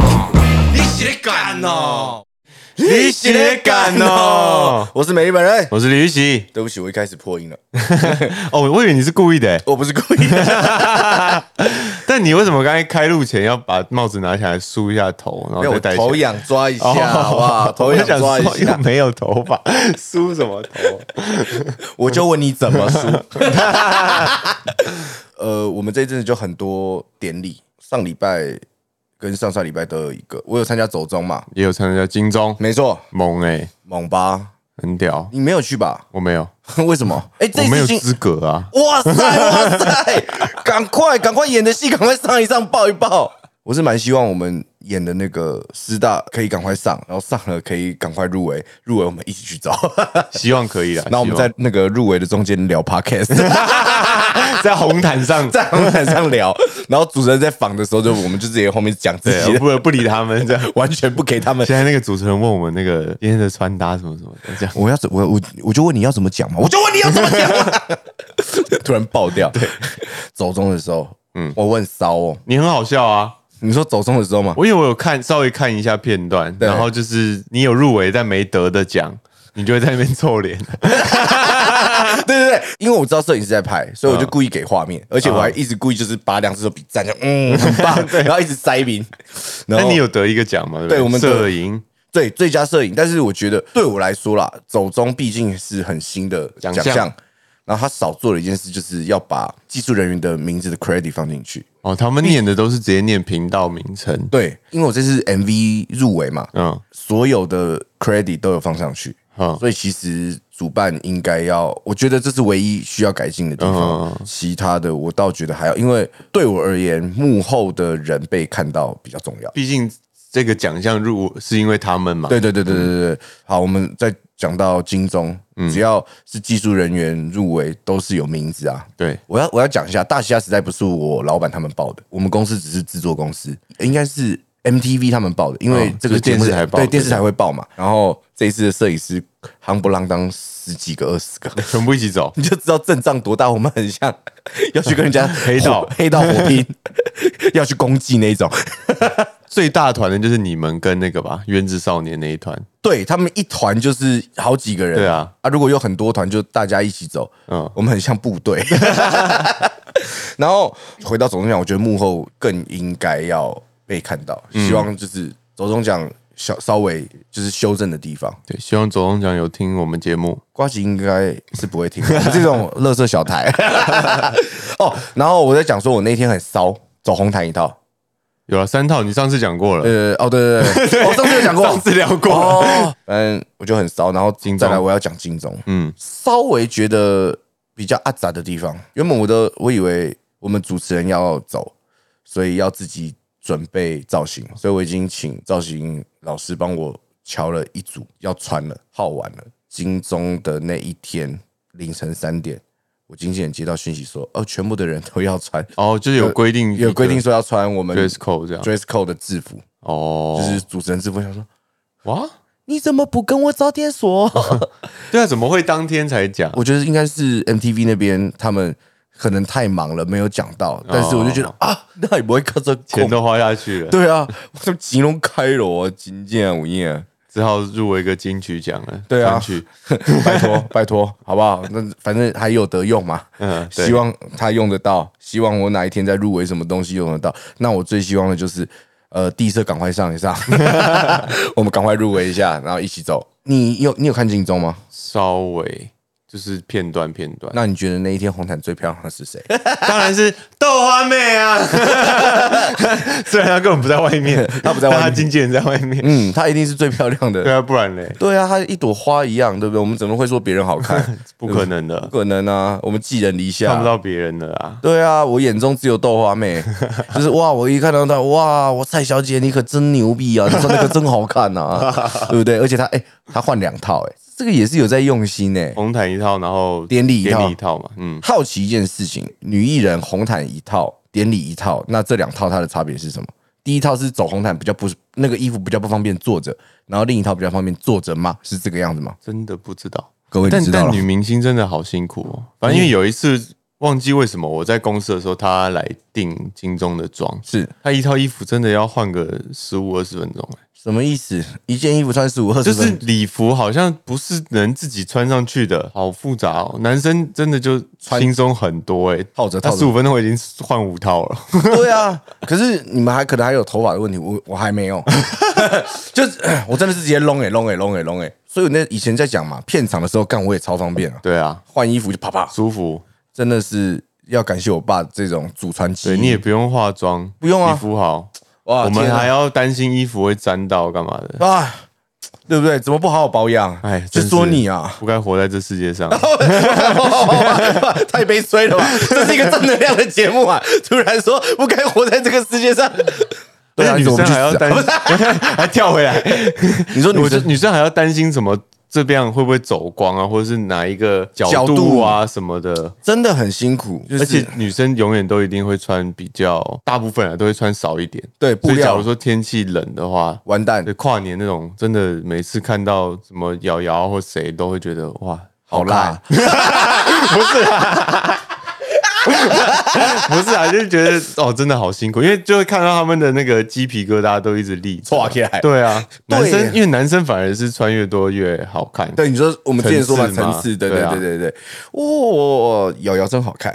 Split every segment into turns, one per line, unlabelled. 哦你写感哦！
我是美丽本人，
我是李玉玺。
对不起，我一开始破 音了，
哦，我以为你是故 意的欸，
我不是故意的。
但你为什么刚才开录前要把帽子拿起来梳一下头，然
因为
后
我
再戴起来？
头痒抓一下，
哦
好不 好？头痒
我想
抓一
说又
下，
没有头发，梳什么头？
我就问你怎么说。 呃，我们这一阵子就很多典礼，上礼拜跟上上礼拜都有一个，我有参加走中嘛，
也有参加金钟，
没错，
猛哎，
猛吧？
很屌。
你没有去吧？
我没有，
为什么？哎，这
我
一
没有
次新
资格啊！
哇塞哇塞，赶快赶快演的戏，赶快上一上，抱一抱。我是蛮希望我们演的那个师大可以赶快上，然后上了可以赶快入围，入围我们一起去 找。
希望可以啦。
然后我们
希望
在那个入围的中间聊 podcast，
在红毯上，
在红毯上聊，然后主持人在访的时候，就我们就直接后面讲自己
对，啊
的，
不不理他们这样。
完全不给他们。
现在那个主持人问我们那个今天的穿搭什么什么的，这样
我要怎我我我就问你要怎么讲嘛，我就问你要怎么讲嘛， 突然爆掉。对，走中的时候，嗯，我问骚哦，
你很好笑啊！
你说走中的时候吗？
我以为我有看稍微看一下片段，
对
然后就是你有入围但没得的奖，你就会在那边臭 脸。
对 对对，因为我知道摄影师在拍，所以
嗯
我就故意给画面，而且我还一直故意就是把两只手比赞，就嗯， 很棒，然后一直塞冰。然
那
后
你有得一个奖吗？对不
对我们得
摄影
对最佳摄影，但是我觉得对我来说啦，走中毕竟是很新的奖
奖项
项，然后他少做了一件事，就是要把技术人员的名字的 credit 放进去。
哦，他们念的都是直接念频道名称。
对，因为我这次 MV 入围嘛，
嗯，
所有的 credit 都有放上去，
嗯
所以其实主办应该要，我觉得这是唯一需要改进的地方，
嗯
其他的我倒觉得还要，因为对我而言，幕后的人被看到比较重要。
毕竟这个奖项入是因为他们嘛。
对对对对对对，对好，我们再讲到金钟，只要是技术人员入围，都是有名字啊。
对，
我要我要讲一下，大西亚时代不是我老板他们报的，我们公司只是制作公司，应该是 MTV 他们报的，因为
哦
这个
就是电视
节
台
目是
报
对
对
电视台会报嘛。 然后这一次的摄影师夯不啷当十几个、二十个，
全部一起走。
你就知道阵仗多大。我们很像要去跟人家
黑道
火 黑道火 拼，要去攻击那一种。
最大团的就是你们跟那个吧，原子少年那一团。
对他们一团就是好几个人，
对啊，
啊，如果有很多团，就大家一起走，嗯
嗯，
我们很像部 队。然后回到总中奖，我觉得幕后更应该要被看到，
嗯
希望就是总中奖小稍微就是修正的地方，
对，希望左中奖有听我们节目。
瓜吉应该是不会听 我们这种乐色小台哦。然后我在讲说，我那天很骚，走红毯一套，
有了啊三套，你上次讲过了，
呃，哦，对对对，我、上次有讲过，
上次聊过了。
哦，嗯，我就很骚，然后
金钟
再来我要讲金钟，
嗯，
稍微觉得比较阿杂的地方。原本我的我以为我们主持人要走，所以要自己准备造型，所以我已经请造型老师帮我瞧了一组要穿了，好玩了。金钟的那一天凌晨三点，我经纪人接到讯息说，哦，全部的人都要 穿，
哦，就是有规定，
有规定说要穿我们
dress code 这样。
dress code 的制服，
哦，
就是主持人制服。我想说，
哇，
你怎么不跟我早点说？
对啊，怎么会当天才讲？
我觉得应该是 MTV 那边他们可能太忙了，没有讲到。但是我就觉得、啊，那也不会靠这
哦钱
空。
都花下去了，
对啊，我怎么吉隆开罗啊，金建午夜，
只好入围一个金曲奖了。
对啊
川剧
拜托拜托，好不好？那反正还有得用嘛。
嗯，对
希望他用得到，希望我哪一天再入围什么东西用得到。那我最希望的就是，呃，地色赶快上一上， 我们赶快入围一下，然后一起走。你有你有看金钟吗？
稍微就是片段片段。
那你觉得那一天红毯最漂亮的是 谁？
当然是豆花妹 啊！虽然她根本不在外面，
她不在外面
但她经纪人在外面。
嗯，她一定是最漂亮的
对。啊，不然嘞，
对啊，它一朵花一样，对不对？我们怎么会说别人好 看？
不可能
不
的，
可能啊，我们寄人篱
看
下。
不到别人的啊。
对啊，我眼中只有豆花妹，就是哇，我一看到她，哇，我蔡小姐你可真牛逼啊，你穿那个真好看 啊，对不对？而且她，哎、她换两套、哎，这个也是有在用心哎、
红毯一套，然后
典礼一套
典礼一套嘛，嗯，
好奇一件事情，女艺人红毯一套，典礼一套，那这两套它的差别是什么？第一套是走红毯比较不那个衣服比较不方便坐着，然后另一套比较方便坐着吗？是这个样子吗？
真的不知道。
各位你
但
知道哎
但
了
女明星真的好辛苦哦。反正因为有一次忘记为什么我在公司的时候，他来定金钟的妆，
是
他一套衣服真的要换个十五二十分钟、欸，
什么意思？一件衣服穿十五二
就
十
是
分，
礼服好像不是能自己穿上去的，好复杂哦。男生真的就
穿
轻松很多哎、欸，
套着
他
套
十
着，
五分钟我已经换五 套了，
对啊。可是你们还可能还有头发的问题，我我还没有， 就是 哎我真的是直接弄哎弄哎弄哎弄哎。所以我那以前在讲嘛，片场的时候干我也超方便啊，
对啊，
换衣服就啪啪，
舒服，
真的是要感谢我爸这种祖传基
对
因。
你也不用化妆，
嗯不用啊
衣服好，
哇
我
天
们
啊
还要担心衣服会沾到干嘛的，
啊，对不对？怎么不好好保养？
哎
就
真是
说你 啊，
不该活在这世界上。
太悲催了吧？这是一个正能量的节目啊！突然说不该活在这个世界上， 对啊，
而且
你
女
怎么
生
不去
还要
死
担
啊？
心，还跳回 来。
你说
我
女
就
生
女生还要担心什么这边会不会走光啊，或者是哪一个角度啊什么的。
真的很辛苦，就
而且
是
女生永远都一定会穿比较，大部分啊都会穿少一点。
对布
所以假
料
如说天气冷的话，
完蛋
对，跨年那种，真的每次看到什么瑶瑶或谁都会觉得哇，
好辣，
不是啊，就是觉得哦，真的好辛苦，因为就会看到他们的那个鸡皮疙瘩都一直立起
哇起来
对啊，
对
男生
耶
因为男生反而是穿越多越好看。
对，你说我们之前说嘛，
层次嘛
层次，对对
对啊
对对对，哦，瑶瑶真好看，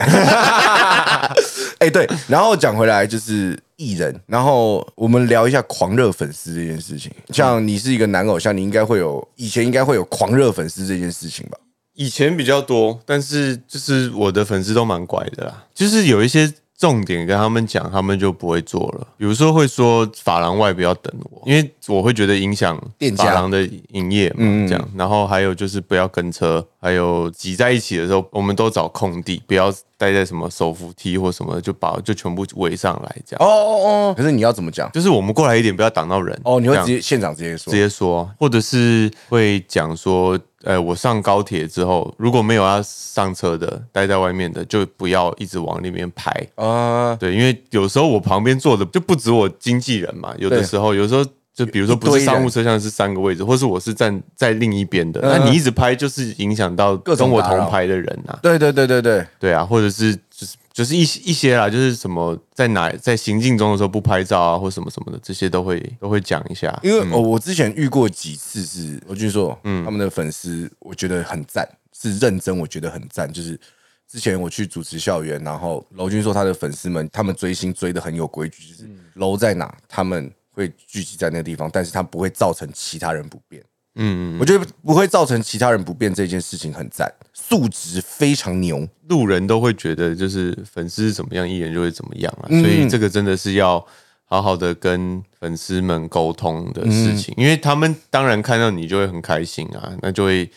哎，对，然后讲回来就是艺人，然后我们聊一下狂热粉丝这件事情。像你是一个男偶像，你应该会有以前应该会有狂热粉丝这件事情吧？
以前比较多，但是就是我的粉丝都蛮乖的啦，就是有一些重点跟他们讲，他们就不会做了。比如说会说发廊外不要等我，因为我会觉得影响
店家
发廊的营业嘛，
嗯嗯
这样。然后还有就是不要跟车，还有挤在一起的时候，我们都找空地，不要待在什么手扶梯或什么的，就把就全部围上来这
哦
样。
哦哦，可是你要怎么讲？
就是我们过来一点，不要挡到人。
哦，你会
这样
直接现场直接说
直，接说，或者是会讲说，呃，我上高铁之后，如果没有要上车的，待在外面的，就不要一直往里面排。
啊，
对，因为有时候我旁边坐的就不止我经纪人嘛，有的
对
时候，有时候就比如说不
一堆人
是商务车厢是三个位置，或是我是站在另一边的，
嗯
那你一直拍就是影响到
各种
跟我
打扰
同排的人啊。
对对对对对，
对啊，或者是就是就是一些一些啦，就是什么在哪在行进中的时候不拍照啊，或什么什么的，这些都会都会讲一下。
因为哦我我之前遇过几次是罗俊硕，嗯，他们的粉丝我觉得很赞，是认真，我觉得很赞。就是之前我去主持校园，然后罗俊硕他的粉丝们，他们追星追的很有规矩，
嗯
就是楼在哪，他们会聚集在那个地方，但是他不会造成其他人不便。
嗯，嗯嗯
我觉得不会造成其他人不便这件事情很赞，素质非常牛。
路人都会觉得就是粉丝怎么样，艺人就会怎么样啊，
嗯
所以这个真的是要好好的跟粉丝们沟通的事情，
嗯
因为他们当然看到你就会很开心啊，那就会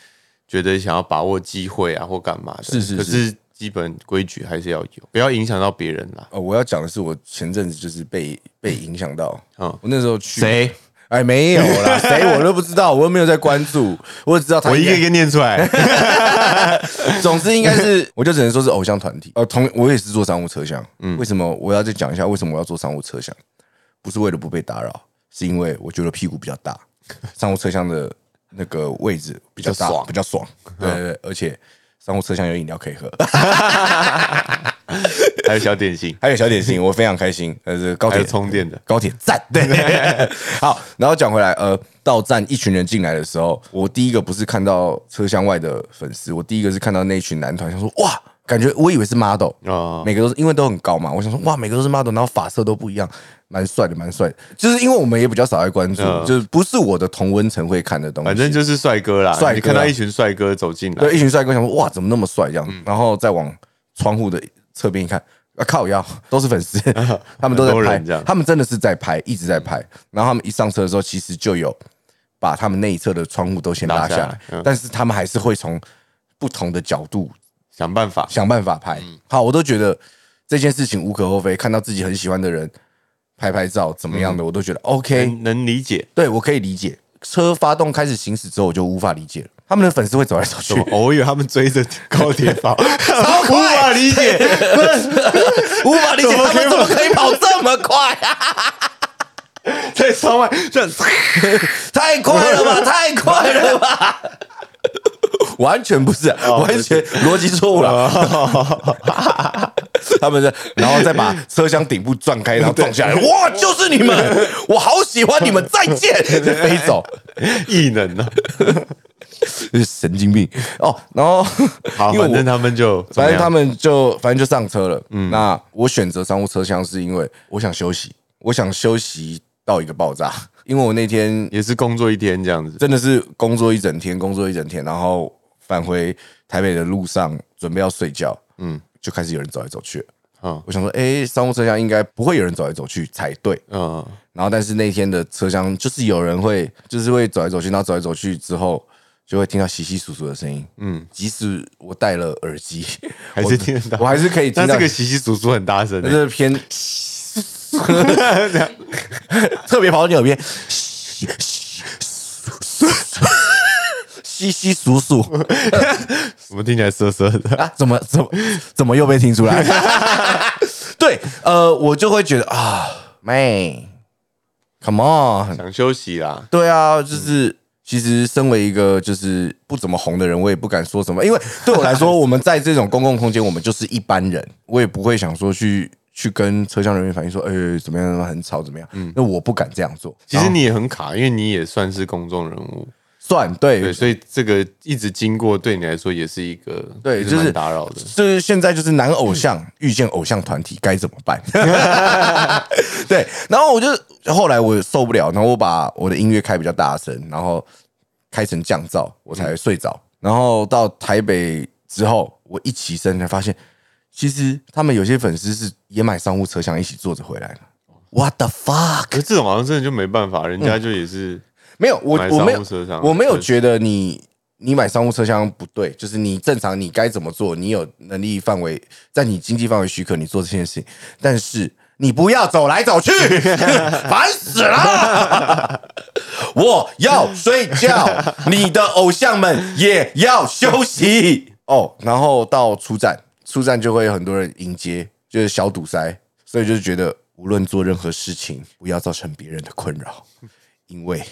觉得想要把握机会啊或干嘛的，
是是
可是基本规矩还是要有，不要影响到别人啦。
哦，我要讲的是，我前阵子就是被被影响到，
嗯
我那时候去？
谁？
哎，没有 啦，谁我都不知道，我又没有在关注，我只知道他
我一
应该
个一个念出来。
哎总之应该 是，我就只能说是偶像团体。
哦
呃，同我也是做商务车厢。嗯，为什么我要再讲一下为什么我要做商务车厢？不是为了不被打扰，是因为我觉得屁股比较大，商务车厢的那个位置比较大，
比较爽嗯
比较爽。对对对，而且商务车厢有饮料可以喝，
还有小 点心，
还有小点心，我非常开心。但是高
还
铁
有充电的，
高铁站，对， 好，然后讲回来，呃，到站一群人进来的时候，我第一个不是看到车厢外的粉丝，我第一个是看到那群男团，想说哇，感觉我以为是 model，
哦
每个都是因为都很高嘛，我想说哇，每个都是 model，然后发色都不一样，蛮帅的，蛮帅的，就是因为我们也比较少在关注，
嗯
就是不是我的同温层会看的东西，
反正就是帅哥啦。
帅哥啊
你看到一群帅哥走进来，
对，一群帅哥想说哇，怎么那么帅这样，然后再往窗户的侧边一看，啊靠腰， 都是粉 丝，他们都在
很多人这
拍
样，嗯
他们真的是在拍，一直在拍。然后他们一上车的时候，其实就有把他们那一侧的窗户都先拉
拉
下
下
来
来，嗯
但是他们还是会从不同的角度
想办法。
想办法拍。
嗯
好，我都觉得这件事情无可厚非，看到自己很喜欢的人拍拍照怎么
嗯
样的，我都觉得 OK。
能能理解，
对我可以理解。车发动开始行驶之后，我就无法理解了。他们的粉丝会走来走去，
哦我以为他们追着高铁跑，
超快，无法理解，无法理解
怎么
他
可以
们怎么可以跑这么快 啊！
在窗外这样，
太快了吧，太快了吧！完全不是，完全逻辑错误了。哦 他们是，然后再把车厢顶部撞开，然后撞下来，哇，就是你们， 我好喜欢你们，再见， 就飞走，
异能啊呢、
神经病哦。然后，
好，
因为我
反正他们就怎
反
么
正
样
他们就反正就上车了。嗯，那我选择商务车厢是因为我想休息，我想休息到一个爆炸，因为我那天
也是工作一天这样子。
真的是工作一整天，工作一整天，然后返回台北的路上准备要睡觉，嗯，就开始有人走来走去了。
嗯
我想说，哎、商务车厢应该不会有人走来走去才对。
嗯，
然后，但是那天的车厢就是有人会，就是会走来走去，然后走来走去之后，就会听到稀稀疏疏的声音。嗯，即使我戴了耳机，
还是听得到
我，我还是可以听
但
到。
这个稀稀疏疏很大声、
就
欸，
是偏特别跑到你耳边，稀稀疏疏
怎么听起来涩涩的？
啊，怎么怎么怎么又被听出来？对，呃，我就会觉得啊，妹，come on，
想休息啦，
对啊，就是。其实，身为一个就是不怎么红的人，我也不敢说什么，因为对我来说，我们在这种公共空间，我们就是一般人，我也不会想说去去跟车厢人员反映说，哎、怎么样，怎么样很吵，怎么样？那我不敢这样做。
嗯其实你也很卡，因为你也算是公众人物，
算对，
对，所以这个一直经过对你来说也是一个
对
也
就是
蛮打扰的。
就是现在就是男偶像遇见偶像团体该怎么办？ 对，然后我就后来我受不了，然后我把我的音乐开比较大声，然后开成降噪，我才睡着。然后到台北之后，我一起身才发现，其实他们有些粉丝是也买商务车厢一起坐着回来的。What 哦 the fuck？
可是这种好像真的就没办法，人家就也是
没有，我
买
我
商
没
务车
有
厢，
我没有
对
觉得你你买商务车厢不对，就是你正常你该怎么做，你有能力范围，在你经济范围许可，你做这件事情，但是你不要走来 走去，烦死了！ 我要睡觉，你的偶像们也要休息哦。然后到出站，出站就会有很多人迎接，就是小堵塞，所以就是觉得无论做任何事情，不要造成别人的困扰，因为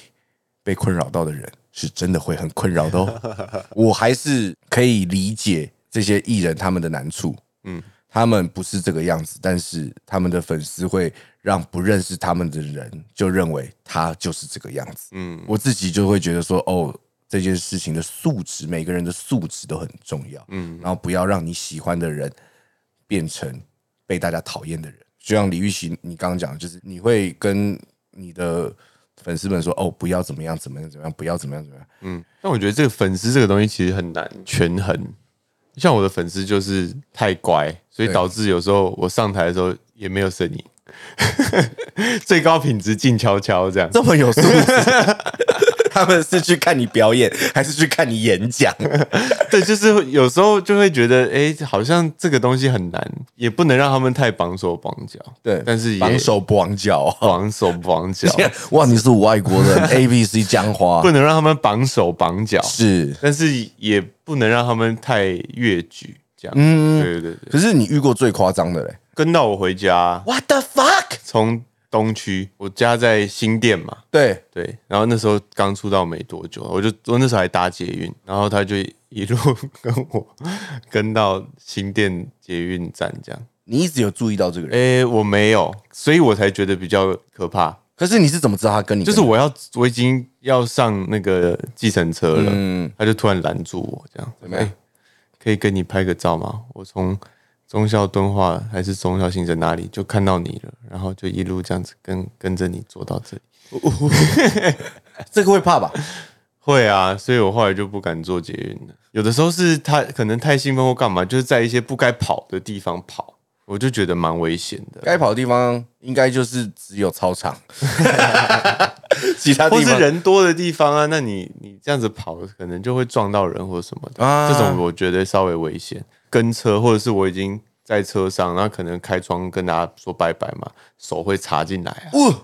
被困扰到的人是真的会很困扰的哦。我还是可以理解这些艺人他们的难处，嗯，他们不是这个样子，但是他们的粉丝会让不认识他们的人就认为他就是这个样子，嗯，我自己就会觉得说，哦。这件事情的素质，每个人的素质都很重要。嗯，然后不要让你喜欢的人变成被大家讨厌的人。就像李玉玺，你刚刚讲的，就是你会跟你的粉丝们说：“哦，不要怎么样，怎么样，怎么样，不要怎么样，怎么样。
嗯，但我觉得这个粉丝这个东西其实很难权衡。像我的粉丝就是太乖，所以导致有时候我上台的时候也没有声音， 最高品质静悄 悄这样”。
这么有素质，他们是去看你表演，还是去看你演讲？
对，就是有时候就会觉得，哎、好像这个东西很难，也不能让他们太绑手绑脚。
对，
但是也
绑手绑脚。啊
绑手绑脚，
哇，你是啊外国人 ，A B C 江花
不能让他们绑手绑脚，
是。啊
但是也不能让他们太越矩。这样，嗯，对对对，
可是你遇过最夸张的嘞
跟到我回家，
？What the fuck？
从东区，我家在新店嘛，
对，
对，然后那时候刚出道没多久，我就我那时候还搭捷运，然后他就一路跟我 跟到新店捷运站这样。
你一直有注意到这个人，
诶，我没有，所以我才觉得比较可怕。
可是你是怎么知道他跟你？
就是我要我已经要上那个计程车了，他就突然拦住我这样，
嗯
怎
么样
可以跟你拍个照吗？我从中校敦化还是中校新城哪里就看到你了，然后就一路这样子跟跟着你坐到这里。
这个会怕吧？
会啊，所以我后来就不敢坐捷运了。有的时候是他可能太兴奋或干嘛，就是在一些不该跑的地方跑，我就觉得蛮危险的。
该跑的地方应该就是只有操 场，其他
或
地
是
方
人多的地方啊，那你你这样子跑，可能就会撞到人或什么的。
啊
这种我觉得稍微危险。跟车或者是我已经在车上，然后可能开窗跟大家说拜拜嘛，手会插进来啊。
哦，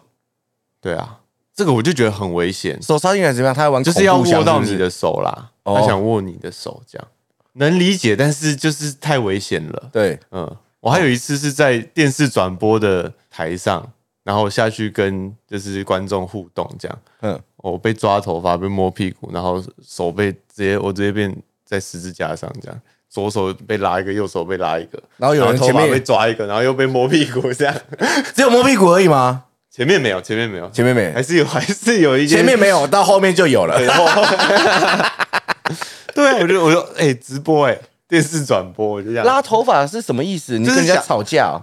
对啊，这个我就觉得很危险，
手插进来怎么样？他要玩
就是要
恐怖箱
握到
是
你
不是
的手啦。
哦
他想握你的手，这样能理解，但是就是太危险了。
对，
嗯，我还有一次是在电视转播的台上，然后下去跟就是观众互动这样，哦
嗯，
我被抓头发，被摸屁股，然后手被直接我直接变在十字架上这样，左手被拉一个，右手被拉一个，
然后有人
头
前
发
面
被抓一个，然后又被摸屁股这样。
只有摸屁股而已吗？哎
前面没有，前面没有，
前面没
还，是有， 还是有一些
前面没有，到后面就有了。
然后，对，我就我就哎、直播哎、电视转播，我就想
拉头发是什么意思？你
就
跟人
是
家
想
吵架 哦、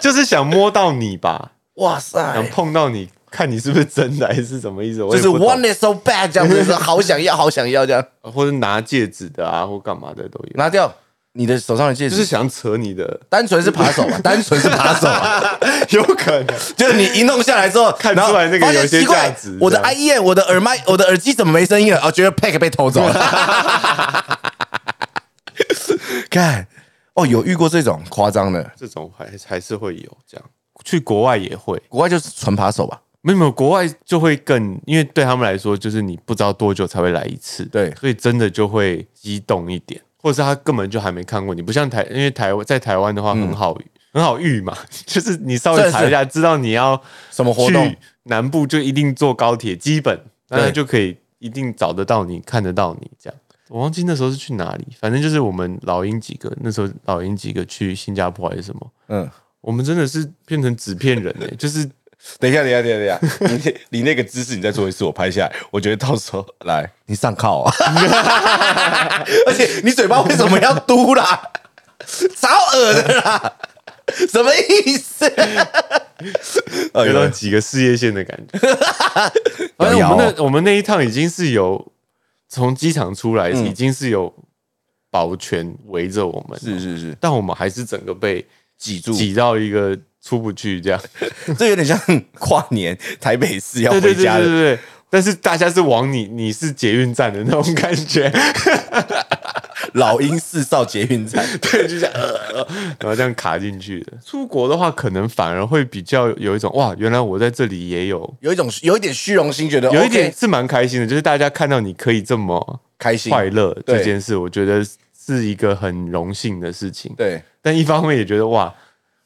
就是想摸到你吧，
哇
想
塞！
碰到你，看你是不是真的还是什么意思，我
就
也
是
不懂
want it so bad 这样 子，就是好想要，好想要这样。
或者拿戒指的啊，或干嘛的都有，
拿掉你的手上的戒
就是
指，
想扯你的，
单纯是扒手 吧，单纯是扒手吧。
有可能
就是你一弄下来之后，
看出
然后
来那个
发现
有些
奇怪
价值
我的
这样
IE，我的耳麦，我的耳机怎么没声音了？哦，觉得 Pack 被偷走了。 看，哦，有遇过这种夸张的，
这种还还是会有这样，去国外也会。
国外就是纯扒手吧？
没有没有，国外就会更，因为对他们来说，就是你不知道多久才会来一次，
对
所以真的就会激动一点，或者是他根本就还没看过你，不像台，因为台湾在台湾的话很好、很好遇嘛， 就是你稍微查一下，知道你要
什么活动
去？南部就一定坐高铁，基本
对
那他就可以一定找得到你，看得到你这样。我忘记那时候是去哪里，反正就是我们老鹰几个，那时候老鹰几个去新加坡还是什么，
嗯，
我们真的是变成纸片人 哎、就是
等一下，等一下，等一下，等一下，你你那个姿势你再做一次，我拍下来。我觉得到时候来，
你上铐 啊！而且你嘴巴为什么要嘟啦？超恶的啦！什么意 思？哎
呃，
哦
有
有
到
人
几个事业线的感 觉。
摇
而且
摇
我
哦
们那我们那一趟已经是有从机场出来，
嗯
已经是有保全围着我们，
是是是，
但我们还是整个被
挤住，
挤到一个出不去这样。
这有点像跨年台北市要
对对
回
对
家
对
的。
对对。但是大家是往你你是捷运站的那种 感觉，
老鹰四少捷运站，
对，就像呃，呃然后这样卡进去的。出国的话，可能反而会比较有一种哇，原来我在这里也有，
有一种有一点虚荣心，觉得
有一
哦 OK，
点是蛮开心的，就是大家看到你可以这么
开心，
快乐
对
这件事，我觉得是一个很荣幸的事情。
对，
但一方面也觉得哇，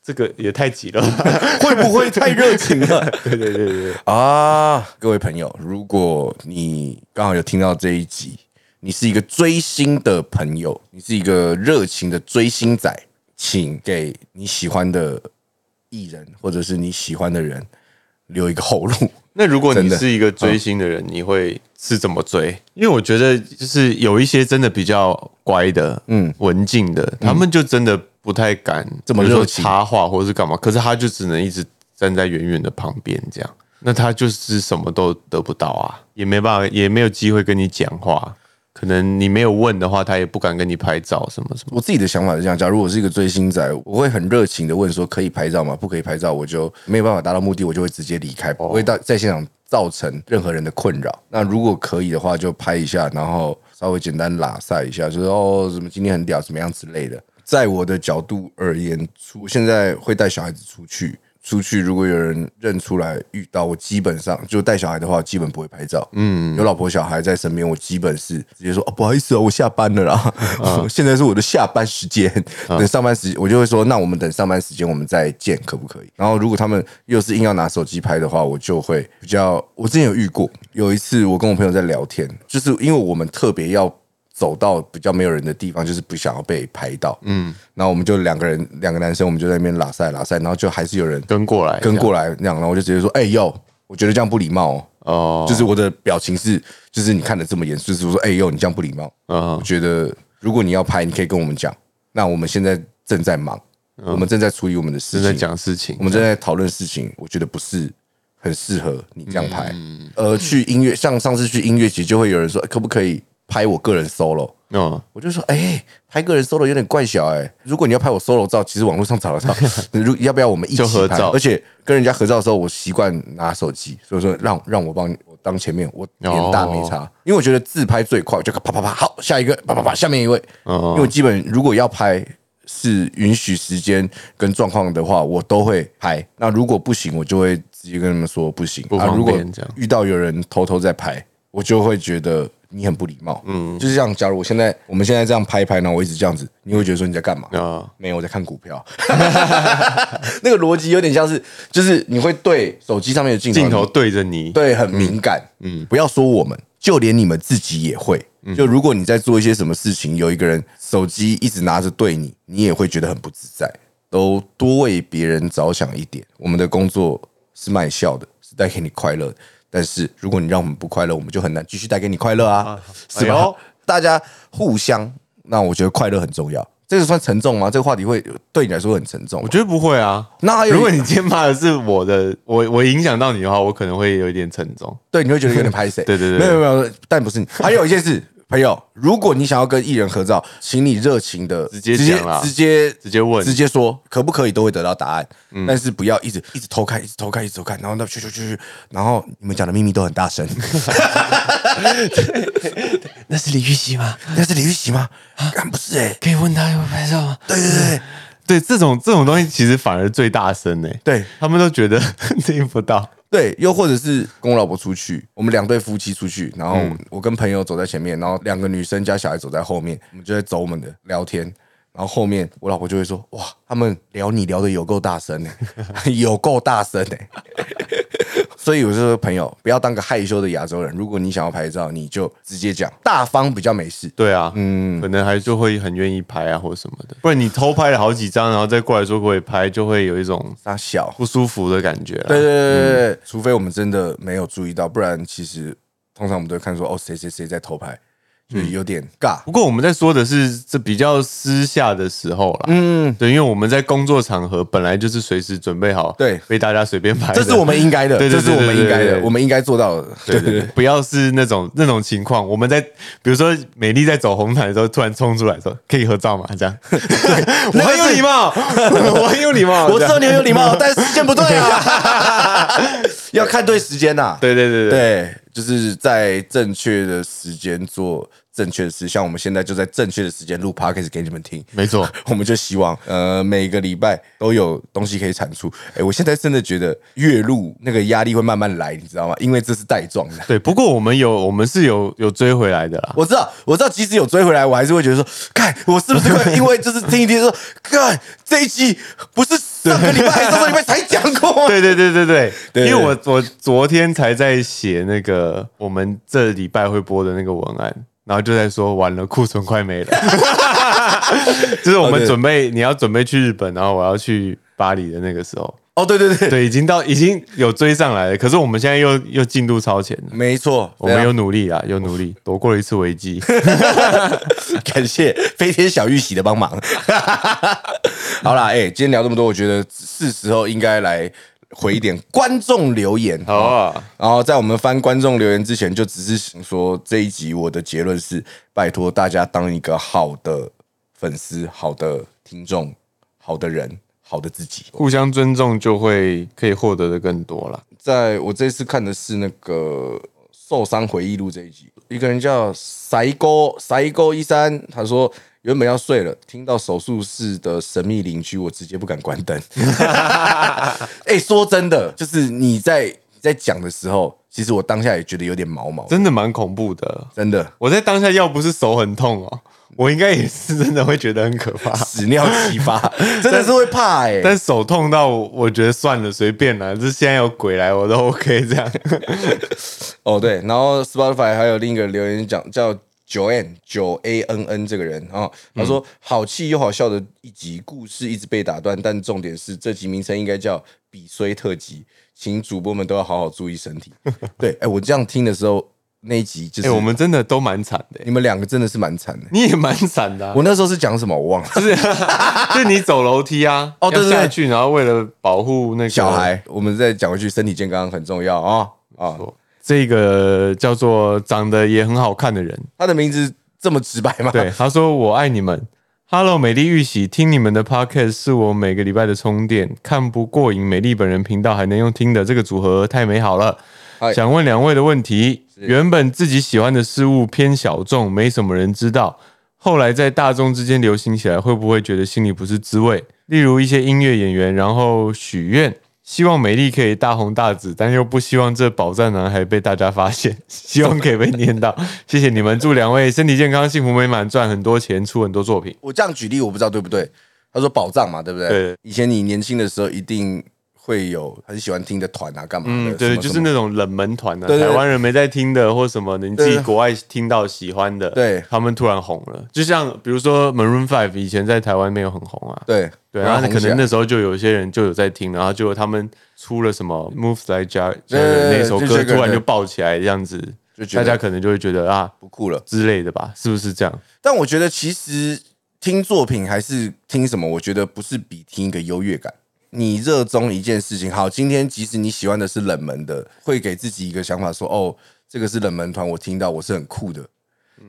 这个也太挤了吧。
会不会太热情了
对对对对，
啊？各位朋友，如果你刚好有听到这一集，你是一个追星的朋友，你是一个热情的追星仔，请给你喜欢的艺人或者是你喜欢的人留一个后路。
那如果
真
你
的
是一个追星的人，你会是怎么追？因为我觉得就是有一些真的比较乖的，
嗯
嗯，文静的，他们就真的不太敢
这么
比如说
热情
插话或是干嘛，可是他就只能一直站在远远的旁边这样。那他就是什么都得不到啊，也没办法，也没有机会跟你讲话。可能你没有问的话，他也不敢跟你拍照什么什么。
我自己的想法是这样：假如我是一个追星仔，我会很热情的问说可以拍照吗？不可以拍照，我就没有办法达到目的，我就会直接离开，不会到在现场造成任何人的困扰。那如果可以的话，就拍一下，然后稍微简单拉塞一下，就是哦，什么今天很屌，怎么样之类的。在我的角度而言，出现在会带小孩子出去。出去如果有人认出来遇到我，基本上就带小孩的话，基本不会拍照。嗯，有老婆小孩在身边，我基本是直接说哦，不好意思哦，我下班了啦， 现在是我的下班时间，等上班时间我就会说，那我们等上班时间我们再见，可不可以？然后如果他们又是硬要拿手机拍的话，我就会比较。我之前有遇过，有一次我跟我朋友在聊天，就是因为我们特别要走到比较没有人的地方，就是不想要被拍到。嗯，然后我们就两个人，两个男生，我们就在那边拉塞拉塞，然后就还是有人
跟过来，
跟过来那样，然后我就直接说：“哎、哟，我觉得这样不礼貌哦。”
嗯哦，
就是我的表情是，就是你看的这么严肃，就是我说：“哎、哟，你这样不礼貌。”我
嗯，
觉得如果你要拍，你可以跟我们讲。那我们现在正在忙，我们正在处理我们的事
嗯
情，
正在讲事情
我，们正在讨论事情，我觉得不是很适合你这样拍。
嗯
呃，去音乐，像上次去音乐节，就会有人说，哎可不可以拍我个人 solo？
嗯，
我就说，哎、拍个人 solo 有点怪小哎、如果你要拍我 solo 照，其实网络上找得 到。如要不要我们一起
就合
拍
照
而且跟人家合照的时候，我习惯拿手机，所以说让让我帮你，我当前面，我
哦
脸大没差，因为我觉得自拍最快，我就啪啪啪，好，下一个啪啪啪，下面一位。
哦
因为我基本如果要拍是允许时间跟状况的话，我都会拍。那如果不行，我就会直接跟他们说不行。
不
啊，
方
如果
便这样
遇到有人偷偷在拍，我就会觉得你很不礼貌。嗯，就是像假如我现在我们现在这样拍一拍，然后我一直这样子，你会觉得说你在干嘛？
啊，
没有，我在看股票。 那个逻辑有点像是，就是你会对手机上面的镜头
镜头对着你，嗯
对很敏感。嗯，不要说我们，就连你们自己也会。就如果你在做一些什么事情，有一个人手机一直拿着对你，你也会觉得很不自在。都多为别人着想一点。我们的工作是卖笑的，是带给你快乐的。但是如果你让我们不快乐，我们就很难继续带给你快乐啊，是
哎
吧
呦？
大家互相，那我觉得快乐很重要。这个算沉重吗？这个话题会对你来说很沉重吗
我。觉得不会啊。
那还有一
如果你今天骂的是我的，我我影响到你的话，我可能会有一点沉重。
对，你会觉得有 点拍谁？
对对对
没有没有，没有但 不是你。还有一件事，朋友，如果你想要跟艺人合照，请你热情的直
接
直接
讲啦
直接
直接问嗯
直接说可不可以，都会得到答案。但是不要一直一直偷看，一直偷看，一直偷看，然后那去去去去，然后你们讲的秘密都很大声。
那是李玉玺吗？
那是李玉玺吗？啊，不是哎、欸，
可以问他有拍照吗？
对对对
对，这种这种东西其实反而最大声呢、欸
对
他们都觉得 听不到。
对，又或者是跟我老婆出去，我们两对夫妻出去，然后我跟朋友走在前面，然后两个女生加小孩走在后面，我们就在走我们的聊天。然后后面我老婆就会说：“哇，他们聊你聊的有够大声呢、 有够大声呢、 所以我就说，朋友不要当个害羞的亚洲人。如果你想要拍照，你就直接讲，大方比较没事。
对啊，嗯，可能还就会很愿意拍啊，或什么的。不然你偷拍了好几张，然后再过来说可以拍，就会有一种
大小，
不舒服的感觉啦。
对对对对对，除非我们真的没有注意到，不然其实通常我们都会看说哦谁谁谁在偷拍，就是有点尬。
不过我们在说的是这比较私下的时候啦，嗯，对，因为我们在工作场合本来就是随时准备好，
对
被大家随便拍的，
这是我们应该的，
对对
这
对
是我们应该
对
的
对对，对
我们应该做到的。
对对对，不要是那种那种情况。我们在比如说美丽在走红毯的时候，突然冲出来说：“可以合照吗？”这样， 我很有礼貌，我很有礼貌，
我知道
这样
你很有礼貌，但是时间不对啊， 要看对时间呐。
对对对对，
对，就是在正确的时间做正确的事，像我们现在就在正确的时间录 podcast 给你们听。
没错，
我们就希望呃每个礼拜都有东西可以产出。哎、我现在真的觉得月入那个压力会慢慢来，你知道吗？因为这是带状的。
对。不过我们有我们是有有追回来的啦。
我知道，我知道，即使有追回来，我还是会觉得说， 看我是不是会因为就是听一听说， 看这一期不是上个礼拜还是上上礼拜才讲 过吗？
对对对对对，
对
因为我我昨天才在写那个我们这礼拜会播的那个文案，然后就在说完了，库存快 没了，就是我
哦
们
对
准备你要准备去日本，然后我要去巴黎的那个时候，
哦，对对对，
对，已经到已经有追上来了，可是我们现在又又进度超前了。
没错，
我们
非
有努力啊，有努力，躲过了一次 危机。
常啊感谢飞天小玉玺的帮忙。 好啦，哎、今天聊这么多，我觉得是时候应该来回一点观众留言。
好啊，
然后在我们翻观众留言之前，就只是想说这一集我的结论是：拜托大家当一个好的粉丝、好的听众、好的人、好的自己。
互相尊重就会可以获得的更多了。
在我这次看的是那个《受伤回忆录》这一集，一个人叫塞沟塞沟一三，他说原本要睡了，听到手术室的神秘邻居，我直接不敢关灯。哎、说真的，就是你在你在讲的时候，其实我当下也觉得有点毛毛的，
真的蛮恐怖的。
真的。
我在当下要不是手很痛哦，我应该也是真的会觉得很可怕。
屎尿齐发， 真的是会怕哎、
但手痛到我我觉得算了，随便啦，这现在有鬼来我都 OK 这样。
哦对，然后 Spotify 还有另一个留言讲叫九 N 九 A N N 这个人啊、哦他说、好气又好笑的一集，故事一直被打断，但重点是这集名称应该叫“比衰特辑”，请主播们都要好好注意身 体。对，哎、我这样听的时候，那一集就
哎、
是、
我们真的都蛮惨的、
你们两个真的是蛮惨的。
你也蛮惨的啊、
我那时候是讲什么我忘了。
就是就是你走楼梯啊，
哦对
要
对对
下去，然后为了保护那个
小，孩，我们再讲回去，身体健康很重要啊啊、
这个叫做长得也很好看的人，
他的名字这么直白吗？
对，他说：“我爱你们。” Hello，美丽玉玺，听你们的 Podcast 是我每个礼拜的充电。看不过瘾，美丽本人频道还能用听的，这个组合太美好了
嗨。
想问两位的问题：原本自己喜欢的事物偏小众，没什么人知道，后来在大众之间流行起来，会不会觉得心里不是滋味？例如一些音乐演员，然后许愿。希望美丽可以大红大紫，但又不希望这宝藏男孩被大家发现， 希望可以被念到。 谢谢你们，祝两位身体健康、幸福美满，赚很多钱，出很多作品。
我这样举例，我不知道对不对。他说宝藏嘛，对不对？
对。
以前你年轻的时候一定会有很喜欢听的团啊，干嘛的？
嗯，对，
什么
就是
什么
那种冷门团啊，
对对
台
对
湾人没在听的或什么的，你自己
对
国外听到喜欢的，
对
他们突然红了。就像比如说 Maroon Five 以前在台湾没有很红啊，
对
对，然后
红
可
起来
能那时候就有些人就有在听，然后就他们出了什么 Move Like Jagger
对对对
那首
就
歌，
这个
突然
人
就爆起来这样子
就，觉
大
得
家可能就会觉得啊
不酷了。
之类的吧，是不是这样？
但我觉得其实听作品还是听什么，我觉得不是比听一个优越感。你热衷一件事情，好，今天即使你喜欢的是冷门的，会给自己一个想法说，哦，这个是冷门团，我听到我是很酷的。
嗯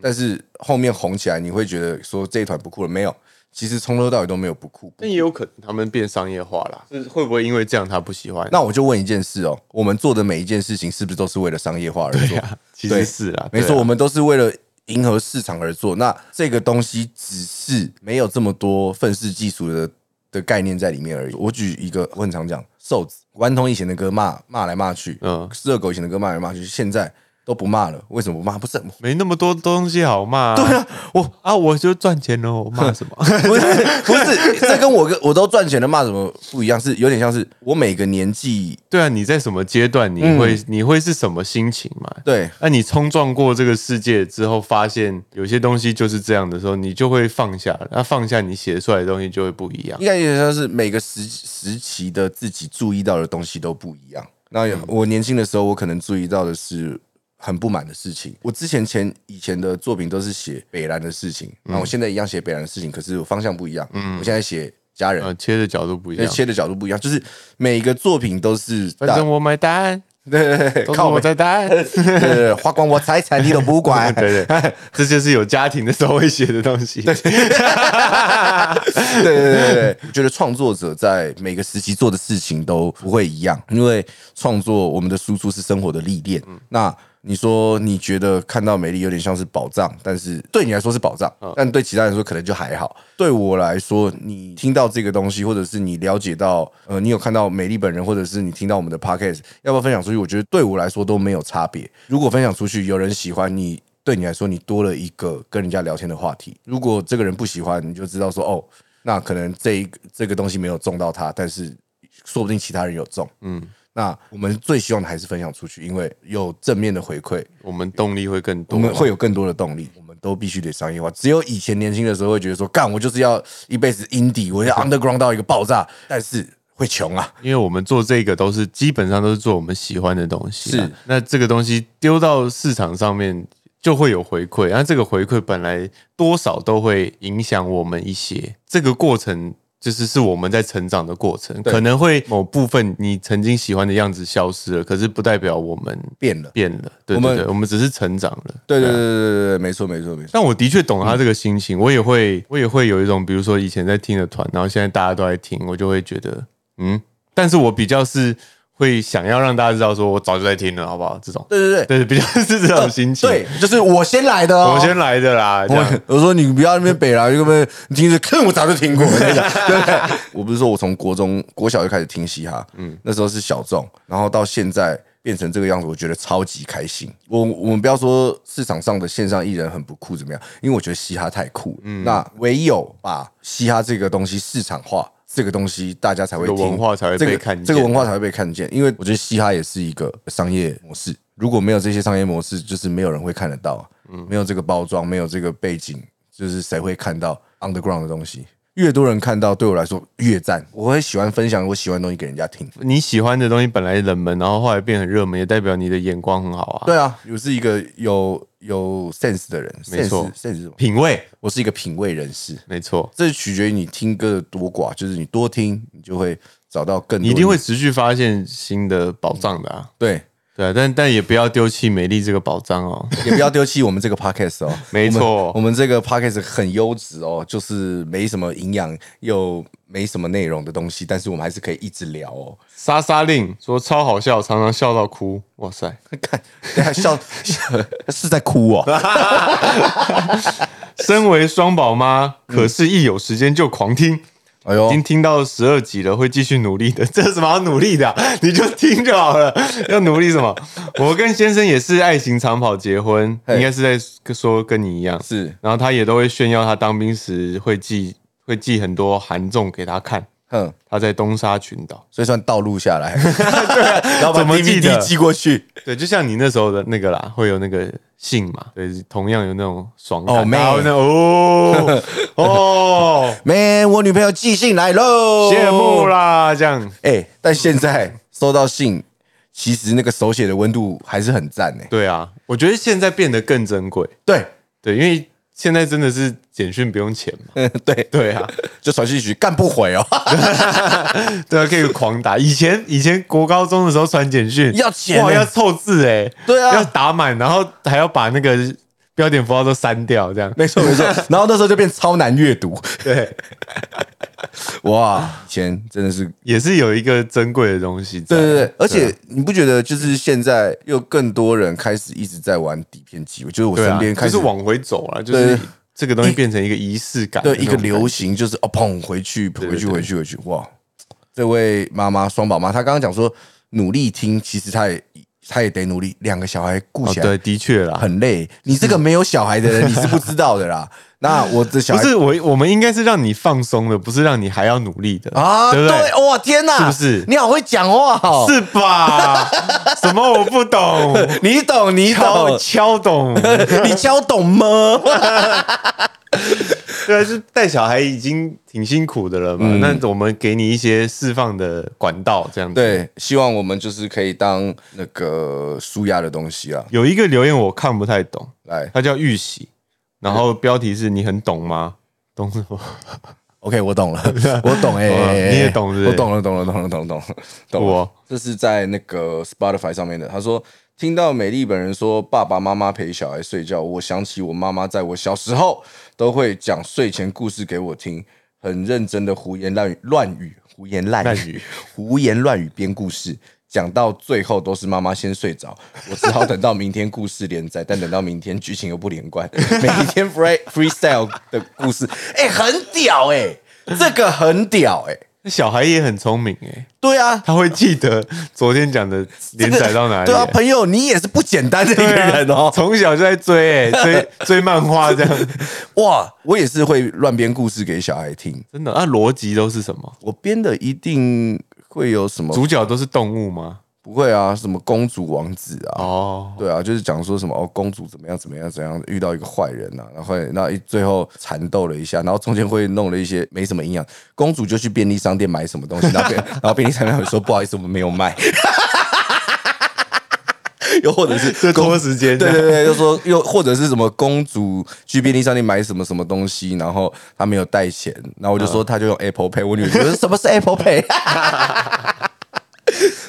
但是后面红起来，你会觉得说这一团不酷了没有？其实从头到尾都没有不酷。
但也有可能他们变商业化啦，是会不会因为这样他不喜欢？
那我就问一件事哦，我们做的每一件事情是不是都是为了商业化而做？
啊其
对啊
实是啦，
没
对
错，
啊
我们都是为了迎合市场而做。那这个东西只是没有这么多愤世嫉俗的的概念在里面而已。我举一个，我很常讲，瘦子顽童以前的歌骂骂来骂去，
嗯
热狗以前的歌骂来骂去，现在都不骂了，为什么不骂？不是 很
没那么多东西好骂、对啊，我啊，我就赚钱喽，我骂什么？
不是不是，这跟我跟我都赚钱了骂什么不一样？是有点像是我每个年纪
对啊，你在什么阶段，你会、你会是什么心情嘛？
对
那、你冲撞过这个世界之后，发现有些东西就是这样的时候，你就会放下。那放下，你写出来的东西就会不一样
应。该有点像是每个时时期的自己注意到的东西都不一样。那
嗯
有我年轻的时候，我可能注意到的是很不满的事情。我之前前以前的作品都是写北兰的事情，
嗯
那我现在一样写北兰的事情，可是我方向不一样。我现在写家人，
呃，切的角度嗯不一样。
切的角度不一样，就是每个作品都是
反
大
正我 买单，
对对对，
都是
靠
我
我
在担。
对对对，花光我财产你都不 管。
对对，这就是有家庭的时候会写的东西。
对对对对，我觉得创作者在每个时期做的事情都不会一样，因为创作我们的输出是生活的历练。那你说你觉得看到美丽有点像是宝藏，但是对你来说是宝藏，但对其他人说可能就还好。对我来说，你听到这个东西，或者是你了解到，呃，你有看到美丽本人，或者是你听到我们的 podcast，要不要分享出去？我觉得对我来说都没有差别。如果分享出去，有人喜欢你。对你来说，你多了一个跟人家聊天的话题。如果这个人不喜欢，你就知道说，哦，那可能这一个这个东西没有中到他，但是说不定其他人有中。嗯，那我们最希望的还是分享出去，因为有正面的回馈，
我们动力会更
我
多。
们会有更多的动力。我们都必须得商业化。只有以前年轻的时候会觉得说，干我就是要一辈子 indie，我要 underground 到一个爆炸，但是会穷啊。
因为我们做这个都是基本上都是做我们喜欢的东西啊，
是
那这个东西丢到市场上面就会有回馈，那这个回馈本来多少都会影响我们一些，这个过程。就是是我们在成长的过程，
对
可能会某部分你曾经喜欢的样子消失了，可是不代表我们
变了，
变了，对
我
对
们
对，我们只是成长了。
对对对对对对，没错没错没错。
但我的确懂他这个心
嗯
情，我也会，我也会有一种，比如说以前在听的团，然后现在大家都在听，我就会觉得，嗯，但是我比较是会想要让大家知道，说我早就在听了，好不好？这种，
对对对
对，比较是这种心情。
哦对，就是我先来的哦。
我先来的啦，这样
我我说你不要那边北来，就边你听着，看我早就听过，我跟你讲对不对？我不是说我从国中国小就开始听嘻哈，嗯，那时候是小众，然后到现在变成这个样子，我觉得超级开心。我我们不要说市场上的线上艺人很不酷怎么样，因为我觉得嘻哈太酷，嗯，那唯有把嘻哈这个东西市场化。这个东西大家才会
这个
听
文化才会
这个
被看见啊
这个文化才会被看见。因为我觉得嘻哈也是一个商业模式，如果没有这些商业模式，就是没有人会看得到，
嗯
没有这个包装，没有这个背景，就是谁会看到 underground 的东西？越多人看到，对我来说越赞。我会喜欢分享我喜欢的东西给人家听。
你喜欢的东西本来冷门，然后后来变很热门，也代表你的眼光很好啊。，
对啊，我是一个有有 sense 的人，
没错
sense sense 是什么？
品味，
我是一个品味人士，
没错，
这取决于你听歌的多寡，就是你多听，你就会找到更多
你一定会持续发现新的宝藏的啊。
对。
对啊，但但也不要丢弃美丽这个宝藏哦。
也不要丢弃我们这个 podcast 哦，
没错
我们我们这个 podcast 很优质哦，就是没什么营养又没什么内容的东西，但是我们还是可以一直聊哦。
莎莎令说超好笑，常常笑到哭。哇塞！
看，等一下笑笑是在哭 哦，
身为双宝妈，
嗯
可是一有时间就狂听，
哎
已
呦，
经听到十二集了，会继续努力的。 这有什么好努力的啊、 你就听就好了，要努力什么？我跟先生也是爱情长跑结婚，
嘿
应该是在说跟你一样，
是，
然后他也都会炫耀他当兵时会寄会寄很多韩综给他看，
哼，
他在东沙群岛。
所以算道路下 来，对啊，然后把
怎么记
DVD
得
寄过去。
对，就像你那时候的那个啦，会有那个信嘛，对，同样有那种爽感。
哦妹
然后那哦 哦，
Man，我女朋友寄信来喽，
羡慕。啦，这样。
哎、但现在收到信，其实那个手写的温度还是很赞呢、
对啊，我觉得现在变得更珍贵。
对，
对，因为现在真的是简讯不用钱嘛。
嗯 对，
对啊，
就传讯息干不回哦，
对啊，可以狂打。以前以前国高中的时候传简讯
要钱
哇，
欸
要凑字哎、
对啊
要打满，然后还要把那个标点符号都删掉，这样。
没错没 错。然后那时候就变超难阅读，
对，
哇，以前真的是。
也是有一个珍贵的东西在。
对对对，而啊且你不觉得就是现在又更多人开始一直在玩底片机？我觉得我
对
身
啊，
边开
就
始
是往回走了，就是
对
这个东西变成一个仪式感，
对一个流。行，就是哦，砰，回去，回去，回去，回去，哇！这位妈妈双宝妈，她刚刚讲说努力听，其实她也她也得努力，两个小孩顾
哦，
起来
对，的确啦，
很累。你这个没有小孩的人，你是不知道的 啦。那我的小
不
孩
是我，我们应该是让你放松的，不是让你还要努力的
啊，
对不对？
对，哇，天哪，
是不是
你好会讲话哦，
是 吧？什么我不懂，
你懂，你
敲
懂，
敲 懂，
你教懂吗？
对啊，就是带小孩已经挺辛苦的了嘛。那我们给你一些释放的管道，这样 子。，
对，希望我们就是可以当那个舒压的东西啊。
有一个留言我看不太懂，
来
他叫玉玺，然后标题是你很懂吗？懂什么？
，OK，我懂了，我 懂哎、欸，
你也懂是不是
我懂了，懂了，懂了，懂了，懂了，懂了。
我
这是在那个 Spotify 上面的，他说听到美丽本人说爸爸妈妈陪小孩睡觉，我想起我妈妈在我小时候都会讲睡前故事给我听，很认真的胡言乱语乱语，胡言乱
烂
语
语，
胡言乱语编故事。讲到最后都是妈妈先睡着，我只好等到明天故事连载，但等到明天剧情又不连 贯，每天 free freestyle 的故事，哎、很屌哎、这个很屌哎、
小孩也很聪明哎、
对啊，
他会记得昨天讲的 连载到哪里、
对啊，朋友，你也是不简单的一个人
对啊
哦。
从小就在追、欸， 追追漫画这 样，
哇，我也是会乱编故事给小孩听，
真的。那啊逻辑都是什么？
我编的一定会有什么？
主角都是动物吗？
不会啊，什么公主王子啊，
哦，
对啊，就是讲说什么哦，公主怎么样怎么样怎样，遇到一个坏人呐、啊，然后那一最后缠斗了一下，然后中间会弄了一些没什么营养，公主就去便利商店买什么东西，然后 便然后便利商店会说不好意思，我们没有卖。 又或者是
这拖时 间
对对对，就说又或者是什么公主去便利商店买什么什么东西，然后她没有带钱，然后我就说她就用 Apple Pay，我女儿就说什么是 Apple Pay？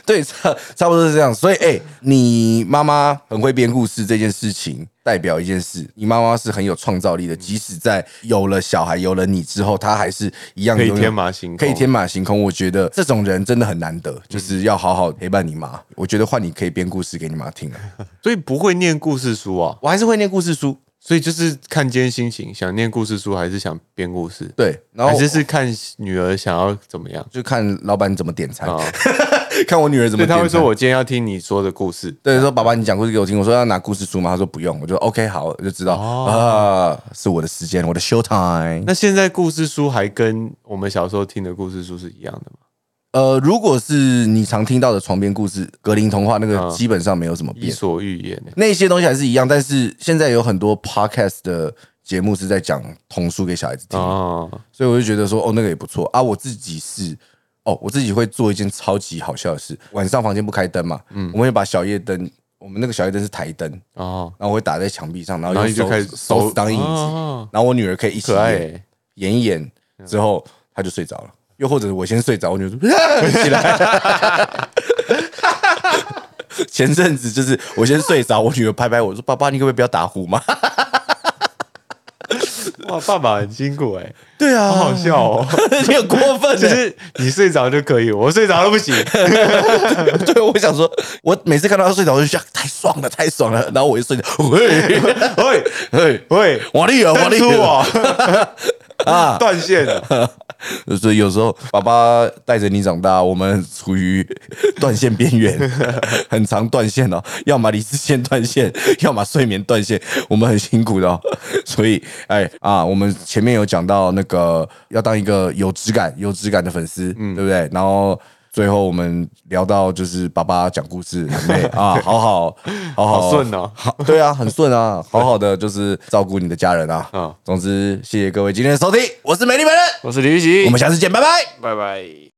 对，差差不多是这样。所以，哎、你妈妈很会编故事这件事情，代表一件事，你妈妈是很有创造力的。即使在有了小孩、有了你之后，她还是一样
可以
拥有
天马行空
可以天马行空。我觉得这种人真的很难得，就是要好好陪伴你妈。我觉得换你可以编故事给你妈听啊。
所以不会念故事书啊，
我还是会念故事书，
所以就是看今天心情，想念故事书还是想编故事，
对，然后
还是是看女儿想要怎么样
就看老板怎么点餐，
啊？
看我女儿怎
所
么
以
点
他
餐。
会说我今天要听你说的故事，
对，说爸爸，你讲故事给我听。我说要拿故事书吗？他说不用。我就 OK，好，我就知道啊、是我的时间，我的 show time。
哦那现在故事书还跟我们小时候听的故事书是一样的吗？
呃，如果是你常听到的床边故事、格林童话，那个
嗯
基本上没有什么
伊
变，
索寓言、欸，
那些东西还是一样。但是现在有很多 podcast 的节目是在讲童书给小孩子听，
哦，
所以我就觉得说，哦，那个也不错啊。我自己是，哦，我自己会做一件超级好笑的事，晚上房间不开灯嘛，
嗯
我们会把小夜灯，我们那个小夜灯是台灯，
哦，
然后我会打在墙壁上，然后
然后
用
你就
手
开始
手指当印记，
哦
然后我女儿可以一起
可爱、嗯
演
欸。
演一演之后，她就睡着了。又或者是我先睡着，我女儿就 起来。 前阵子就是我先睡着，我女儿拍拍我说：“爸爸，你可不可以不要打呼嘛
哇，爸爸很辛苦 哎、欸，？”
对啊，
好好笑 哦。
你很过分、欸。
就是你睡着就可以，我睡着都不 行。
对，我想说，我每次看到他睡着，我就觉得太爽了，太爽了。然后我一睡着，喂
喂
喂，
喂，
啊 我的有，我的
登出
有，
我
啊，
断线了。
所以有时候爸爸带着你长大，我们处于断线边缘， 很常断线哦，要么理智线断线，要么睡眠断线，我们很辛苦的、哦。 所以，哎啊，我们前面有讲到那个要当一个有质感、有质感的粉丝，
嗯
对不对？然后。最后我们聊到就是爸爸讲故事，很 美啊，好好好好
好顺哦
好对啊，很顺 啊，好好的就是照顾你的家人啊。
嗯
总之谢谢各位今天的收听，我是美丽本人，
我是李玉玺
我，们下次见，拜拜。
拜拜。